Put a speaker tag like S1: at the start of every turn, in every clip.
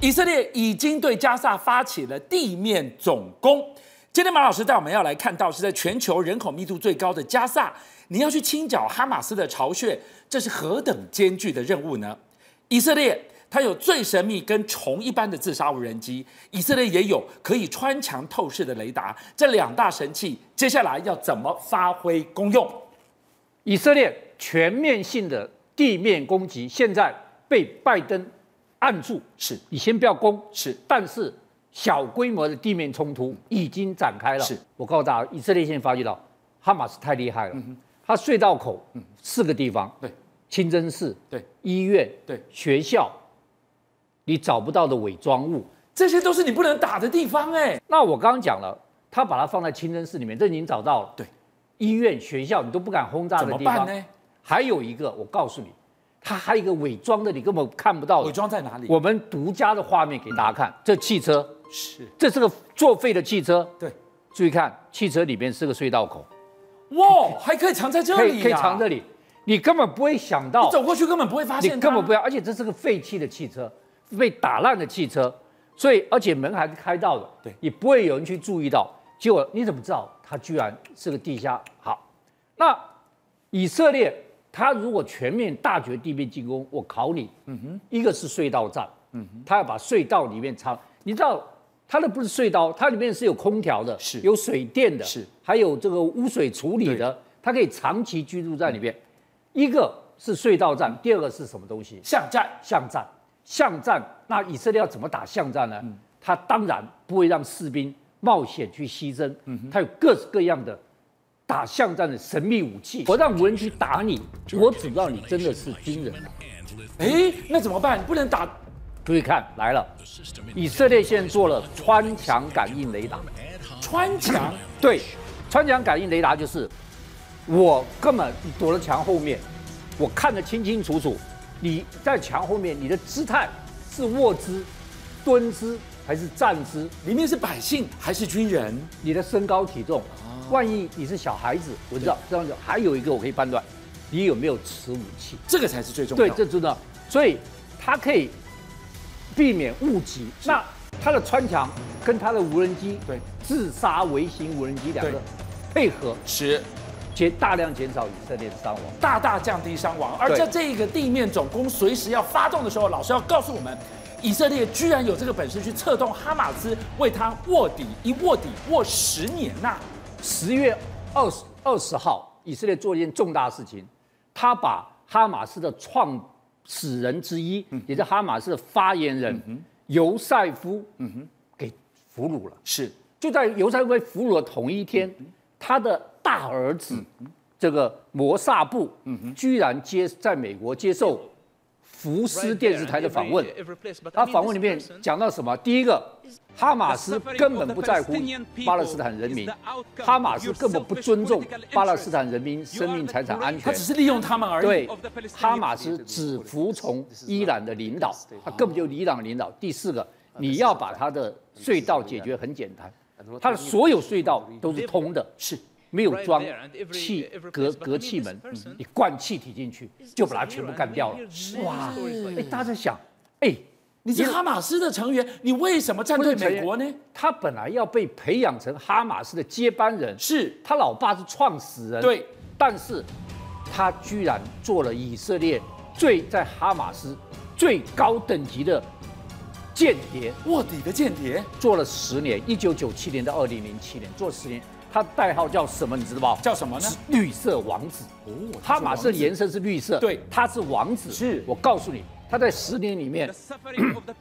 S1: 以色列已经对加萨发起了地面总攻。今天马老师带我们要来看到是在全球人口密度最高的加萨，你要去清剿哈马斯的巢穴，这是何等艰巨的任务呢？以色列它有最神秘跟虫一般的自杀无人机，以色列也有可以穿墙透视的雷达，这两大神器接下来要怎么发挥功用？
S2: 以色列全面性的地面攻击现在被拜登按住，
S1: 是
S2: 你先不要攻，
S1: 是，
S2: 但是小规模的地面冲突已经展开了。
S1: 是
S2: 我告诉大家，以色列现在发觉到哈马斯太厉害了，他隧道口四个地方，
S1: 嗯对
S2: 清真寺、
S1: 对
S2: 医院、
S1: 对，
S2: 学校，你找不到的伪装物。
S1: 这些都是你不能打的地方哎、
S2: 那我刚刚讲了，他把它放在清真寺里面，这已经找到了。
S1: 对，
S2: 医院、学校你都不敢轰炸
S1: 怎
S2: 的
S1: 么
S2: 地
S1: 办
S2: 方。
S1: 呢？
S2: 还有一个，我告诉你，它还有一个伪装的，你根本看不到
S1: 伪
S2: 的。
S1: 装在哪里？
S2: 我们独家的画面给大家看，这汽车，
S1: 是
S2: 这是个作废的汽车。
S1: 对，
S2: 注意看，汽车里面是个隧道口，
S1: 哇，还可以藏在这
S2: 可
S1: 里、啊
S2: 以
S1: 呀！
S2: 可以藏这里，你根本不会想到
S1: 你，走过去根本不会发
S2: 你
S1: 现它，
S2: 根本不要，而且这是个废弃的汽车，被打烂的汽车，所以而且门还是开到的，
S1: 对
S2: 也不会有人去注意到。结果你怎么知道它居然是个地下？好，那以色列它如果全面大举地面进攻，我考你，嗯哼，一个是隧道战，嗯哼，它要把隧道里面藏，你知道。它的不是隧道，它里面是有空调的，
S1: 是
S2: 有水电的，
S1: 是
S2: 还有这个污水处理的，它可以长期居住在里面。一个是隧道战，第二个是什么东西？
S1: 巷战，
S2: 巷战。巷战，那以色列要怎么打巷战呢？他当然不会让士兵冒险去牺牲，他有各式各样的打巷战的神秘武器。我让无人去打你，我只要你真的是军人。
S1: 哎，那怎么办？不能打，
S2: 注意看，来了，以色列现在做了穿墙感应雷达。
S1: 穿墙，
S2: 对，穿墙感应雷达就是，我根本躲在墙后面，我看得清清楚楚。你在墙后面，你的姿态是卧姿、蹲姿还是站姿？
S1: 里面是百姓还是军人？
S2: 你的身高体重，
S1: 哦
S2: 万一你是小孩子，我知道这样子。还有一个我可以判断，你有没有持武器？
S1: 这个才是最重要
S2: 对
S1: 的。，
S2: 这知道，所以它可以避免误击。那它的穿墙跟它的无人机，
S1: 对
S2: 自杀微型无人机两个
S1: 对
S2: 配合，
S1: 是
S2: 减大量减少以色列的伤亡。
S1: 大大降低伤亡，而
S2: 对
S1: 在这个地面总攻随时要发动的时候，老师要告诉我们，以色列居然有这个本事去策动哈马斯，为他卧底，一卧底卧十年呐、
S2: 十月二十二十号，以色列做了一件重大事情，他把哈马斯的创始人之一，也是哈马斯的发言人尤塞夫，给俘虏了。
S1: 是
S2: 就在犹太被俘虏的同一天，他的大儿子、这个摩萨布，居然接在美国接受福斯电视台的访问。他访问里面讲到什么？第一个，哈马斯根本不在乎巴勒斯坦人民，哈马斯根本不尊重巴勒斯坦人民生命财产安
S1: 他
S2: 全
S1: 只。是利用他们而已。
S2: 对，哈马斯只服从伊朗的领导，他根本就伊朗的领导。第四个，你要把他的隧道解决很简单，他的所有隧道都是通的，是没有装气隔隔气门，嗯你灌气体进去就把它全部干掉了。哇，哎，大家在想，哎，
S1: 你是哈马斯的成员，你为什么站队
S2: 不是成
S1: 美
S2: 员
S1: 国呢？
S2: 他本来要被培养成哈马斯的接班人，
S1: 是
S2: 他老爸是创始人，
S1: 对，
S2: 但是他居然做了以色列最在哈马斯最高等级的间谍，
S1: 卧底的间谍，
S2: 做了十年，一九九七年到二零零七年做十年，他代号叫什么？你知道吗？
S1: 叫什么呢
S2: 是？绿色王子。
S1: 哦
S2: 哈马斯的颜色是绿色，
S1: 对
S2: 他是王子。
S1: 是
S2: 我告诉你，他在十年里面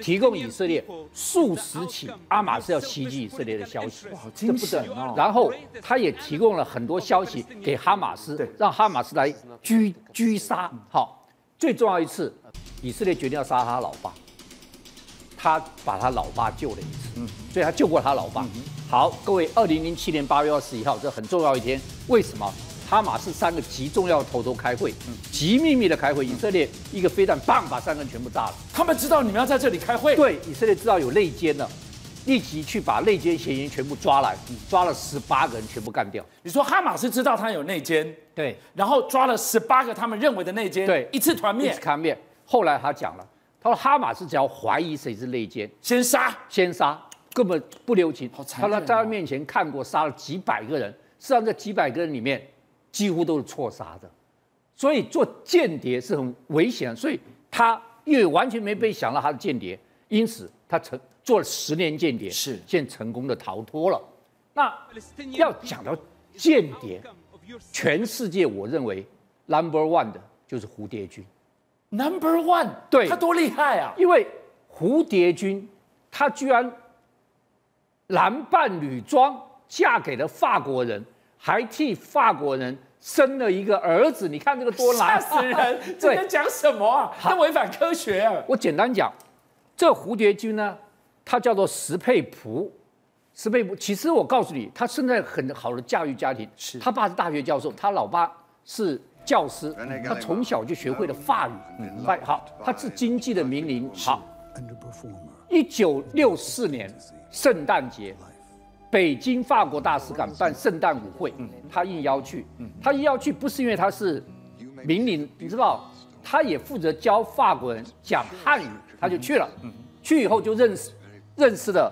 S2: 提供以色列数十起阿马斯要袭击以色列的消息，
S1: 好
S2: 这
S1: 惊
S2: 不
S1: 险
S2: 得了
S1: 哦！
S2: 然后他也提供了很多消息给哈马斯
S1: 对，
S2: 让哈马斯来狙狙杀。好，最重要一次，以色列决定要杀他老爸，他把他老爸救了一次，所以他救过他老爸。好，各位，二零零七年八月二十一号，这很重要一天，为什么？哈马斯三个极重要的头头开会，极秘密的开会，以色列一个飞弹，棒把三个人全部炸了。
S1: 他们知道你们要在这里开会，
S2: 对，以色列知道有内奸了，立即去把内奸嫌疑人全部抓来，抓了十八个人全部干掉。
S1: 你说哈马斯知道他有内奸，
S2: 对，
S1: 然后抓了十八个他们认为的内奸，
S2: 对
S1: 一次团
S2: 一
S1: 灭
S2: 直。看面。后来他讲了，他说哈马斯只要怀疑谁是内奸，
S1: 先杀，
S2: 先杀，根本不留情。
S1: 好残
S2: 他
S1: 忍哦
S2: 说在他面前看过杀了几百个人，实际上这几百个人里面几乎都是错杀的，所以做间谍是很危险，所以他因为完全没被想到他是间谍，因此他成做了十年间谍，
S1: 是
S2: 现在成功的逃脱了。那要讲到间谍，全世界我认为 number one 的就是蝴蝶军。
S1: Number one，
S2: 对
S1: 他多厉害啊！
S2: 因为蝴蝶军他居然男扮女装嫁给了法国人，还替法国人生了一个儿子，你看这个多
S1: 吓
S2: 难！
S1: 死 人！这
S2: 对
S1: 在讲什么啊？这违反科学啊！
S2: 我简单讲，这蝴蝶军呢，它叫做石佩璞。石佩璞，其实我告诉你，他生在很好的教育家庭，
S1: 是
S2: 他爸是大学教授，他老爸是教师，他从小就学会了法语。嗯、好，他是经济的名伶。好，
S3: and a performer.
S2: 一九六四年圣诞节，北京法国大使馆办圣诞舞会，他应邀去。他应邀去不是因为他是名伶，你知道，他也负责教法国人讲汉语，他就去了。去以后就认识认识了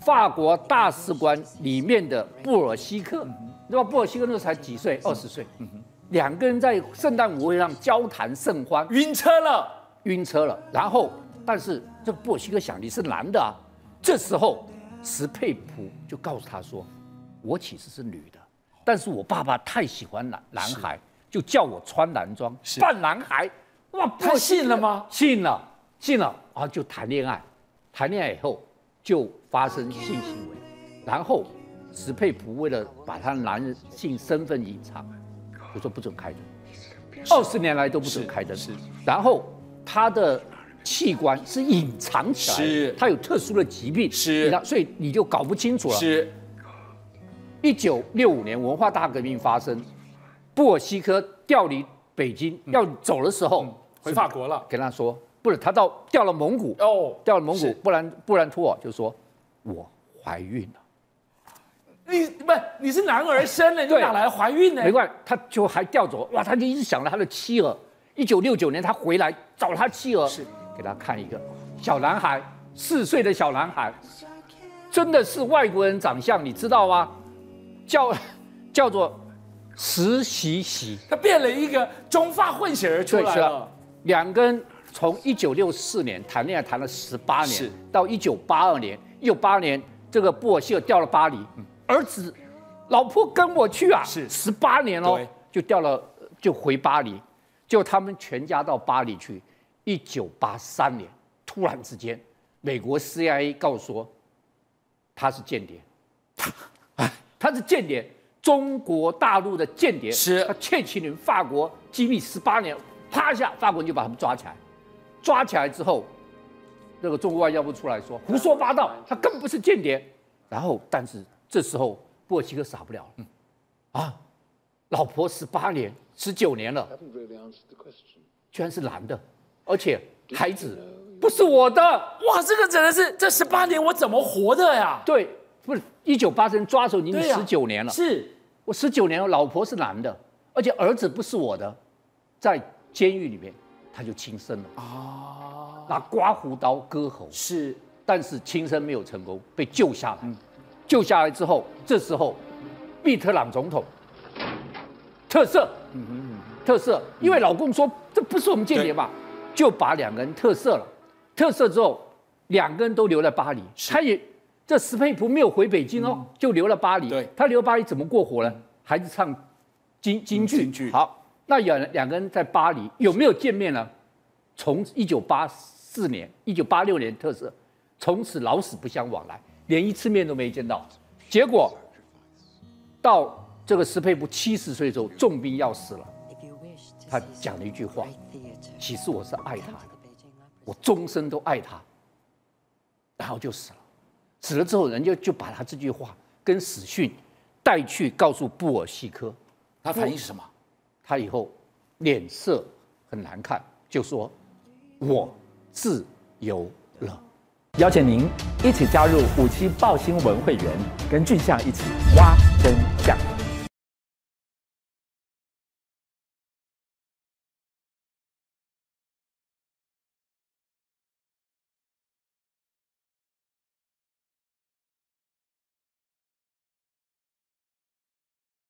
S2: 法国大使馆里面的布尔西克。你知道布尔西克那时候才几岁，二十岁。两个人在圣诞舞会上交谈甚欢，
S1: 晕车了，
S2: 晕车了。然后，但是这个布尔西克想你是男的啊，这时候石佩普就告诉他说，我其实是女的，但是我爸爸太喜欢男男孩，就叫我穿男装扮男孩。哇，
S1: 他信了吗？
S2: 信了，信了啊，就谈恋爱，谈恋爱以后就发生性行为，然后石佩普为了把他男性身份隐藏，就说不准开灯，二十年来都不准开灯。
S1: 是
S2: 然后他的器官是隐藏起来的，
S1: 是
S2: 他有特殊的疾病，
S1: 是
S2: 你知道所以你就搞不清楚了。
S1: 是
S2: 一九六五年文化大革命发生，布尔西科调离北京、要走的时候，
S1: 嗯回法国了。
S2: 跟他说，不是他到调了蒙古，
S1: 哦，
S2: 调了蒙古
S1: 是，
S2: 布兰布兰图尔哦就说，我怀孕了。
S1: 你不是你是男儿身了，你
S2: 对
S1: 哪来怀孕呢？
S2: 没怪他就还调走，哇，他就一直想着他的妻儿。一九六九年他回来找他妻儿，
S1: 是
S2: 给他看一个小男孩，四岁的小男孩，真的是外国人长相，你知道吗？叫叫做石习喜，
S1: 他变了一个中法混血儿出来
S2: 是
S1: 了
S2: 啊。两个人从一九六四年谈恋爱谈了十八
S1: 是
S2: 年，到一九八二年，一九八年这个布尔希尔调了巴黎，儿子，老婆跟我去啊，
S1: 嗯是
S2: 十八年哦
S1: 对，
S2: 就调了就回巴黎，就他们全家到巴黎去。一九八三年，突然之间，美国 CIA 告诉说他是间谍，他是间谍，中国大陆的间谍
S1: 是
S2: 他窃取你们法国机密十八年，啪一下，法国人就把他们抓起来。抓起来之后，那个中国外交部出来说胡说八道，他根本不是间谍。然后，但是这时候布尔奇克傻不了了，啊，老婆十八年、十九年了，居然是男的，而且孩子不是我的。
S1: 哇，这个真的是这十八年我怎么活的呀？
S2: 对，不是一九八三抓的时候已经
S1: 对呀啊
S2: 十九年了，
S1: 是
S2: 我十九年，老婆是男的，而且儿子不是我的，在监狱里面他就轻生了啊，
S1: 哦
S2: 拿刮胡刀割喉，
S1: 是
S2: 但是轻生没有成功，被救下来。救下来之后，这时候密特朗总统特赦，特赦，因为老共说这不是我们间谍嘛，就把两个人特赦了。特赦之后，两个人都留在巴黎，他也这斯佩普没有回北京哦，就留了巴黎。
S1: 对
S2: 他留巴黎怎么过活呢？还是唱京京
S4: 嗯
S2: 剧。
S1: 京剧
S2: 好，那两两个人在巴黎有没有见面呢？从一九八四年、一九八六年特赦，从此老死不相往来，连一次面都没见到。结果到这个斯佩普七十岁的时候，重病要死了，
S5: 他讲了一句话，
S2: 其实我是爱
S5: 爱
S2: 他
S5: 他
S2: 的
S5: 的，，
S2: 我
S5: 我
S2: 终身都爱他，然后就死了。死了之后，人家就把他这句话跟死讯带去告诉布尔西科，
S1: 他反应是什么？
S2: 他以后脸色很难看，就说我自由了。
S4: 邀请您一起加入五七报新闻会员，跟俊相一起挖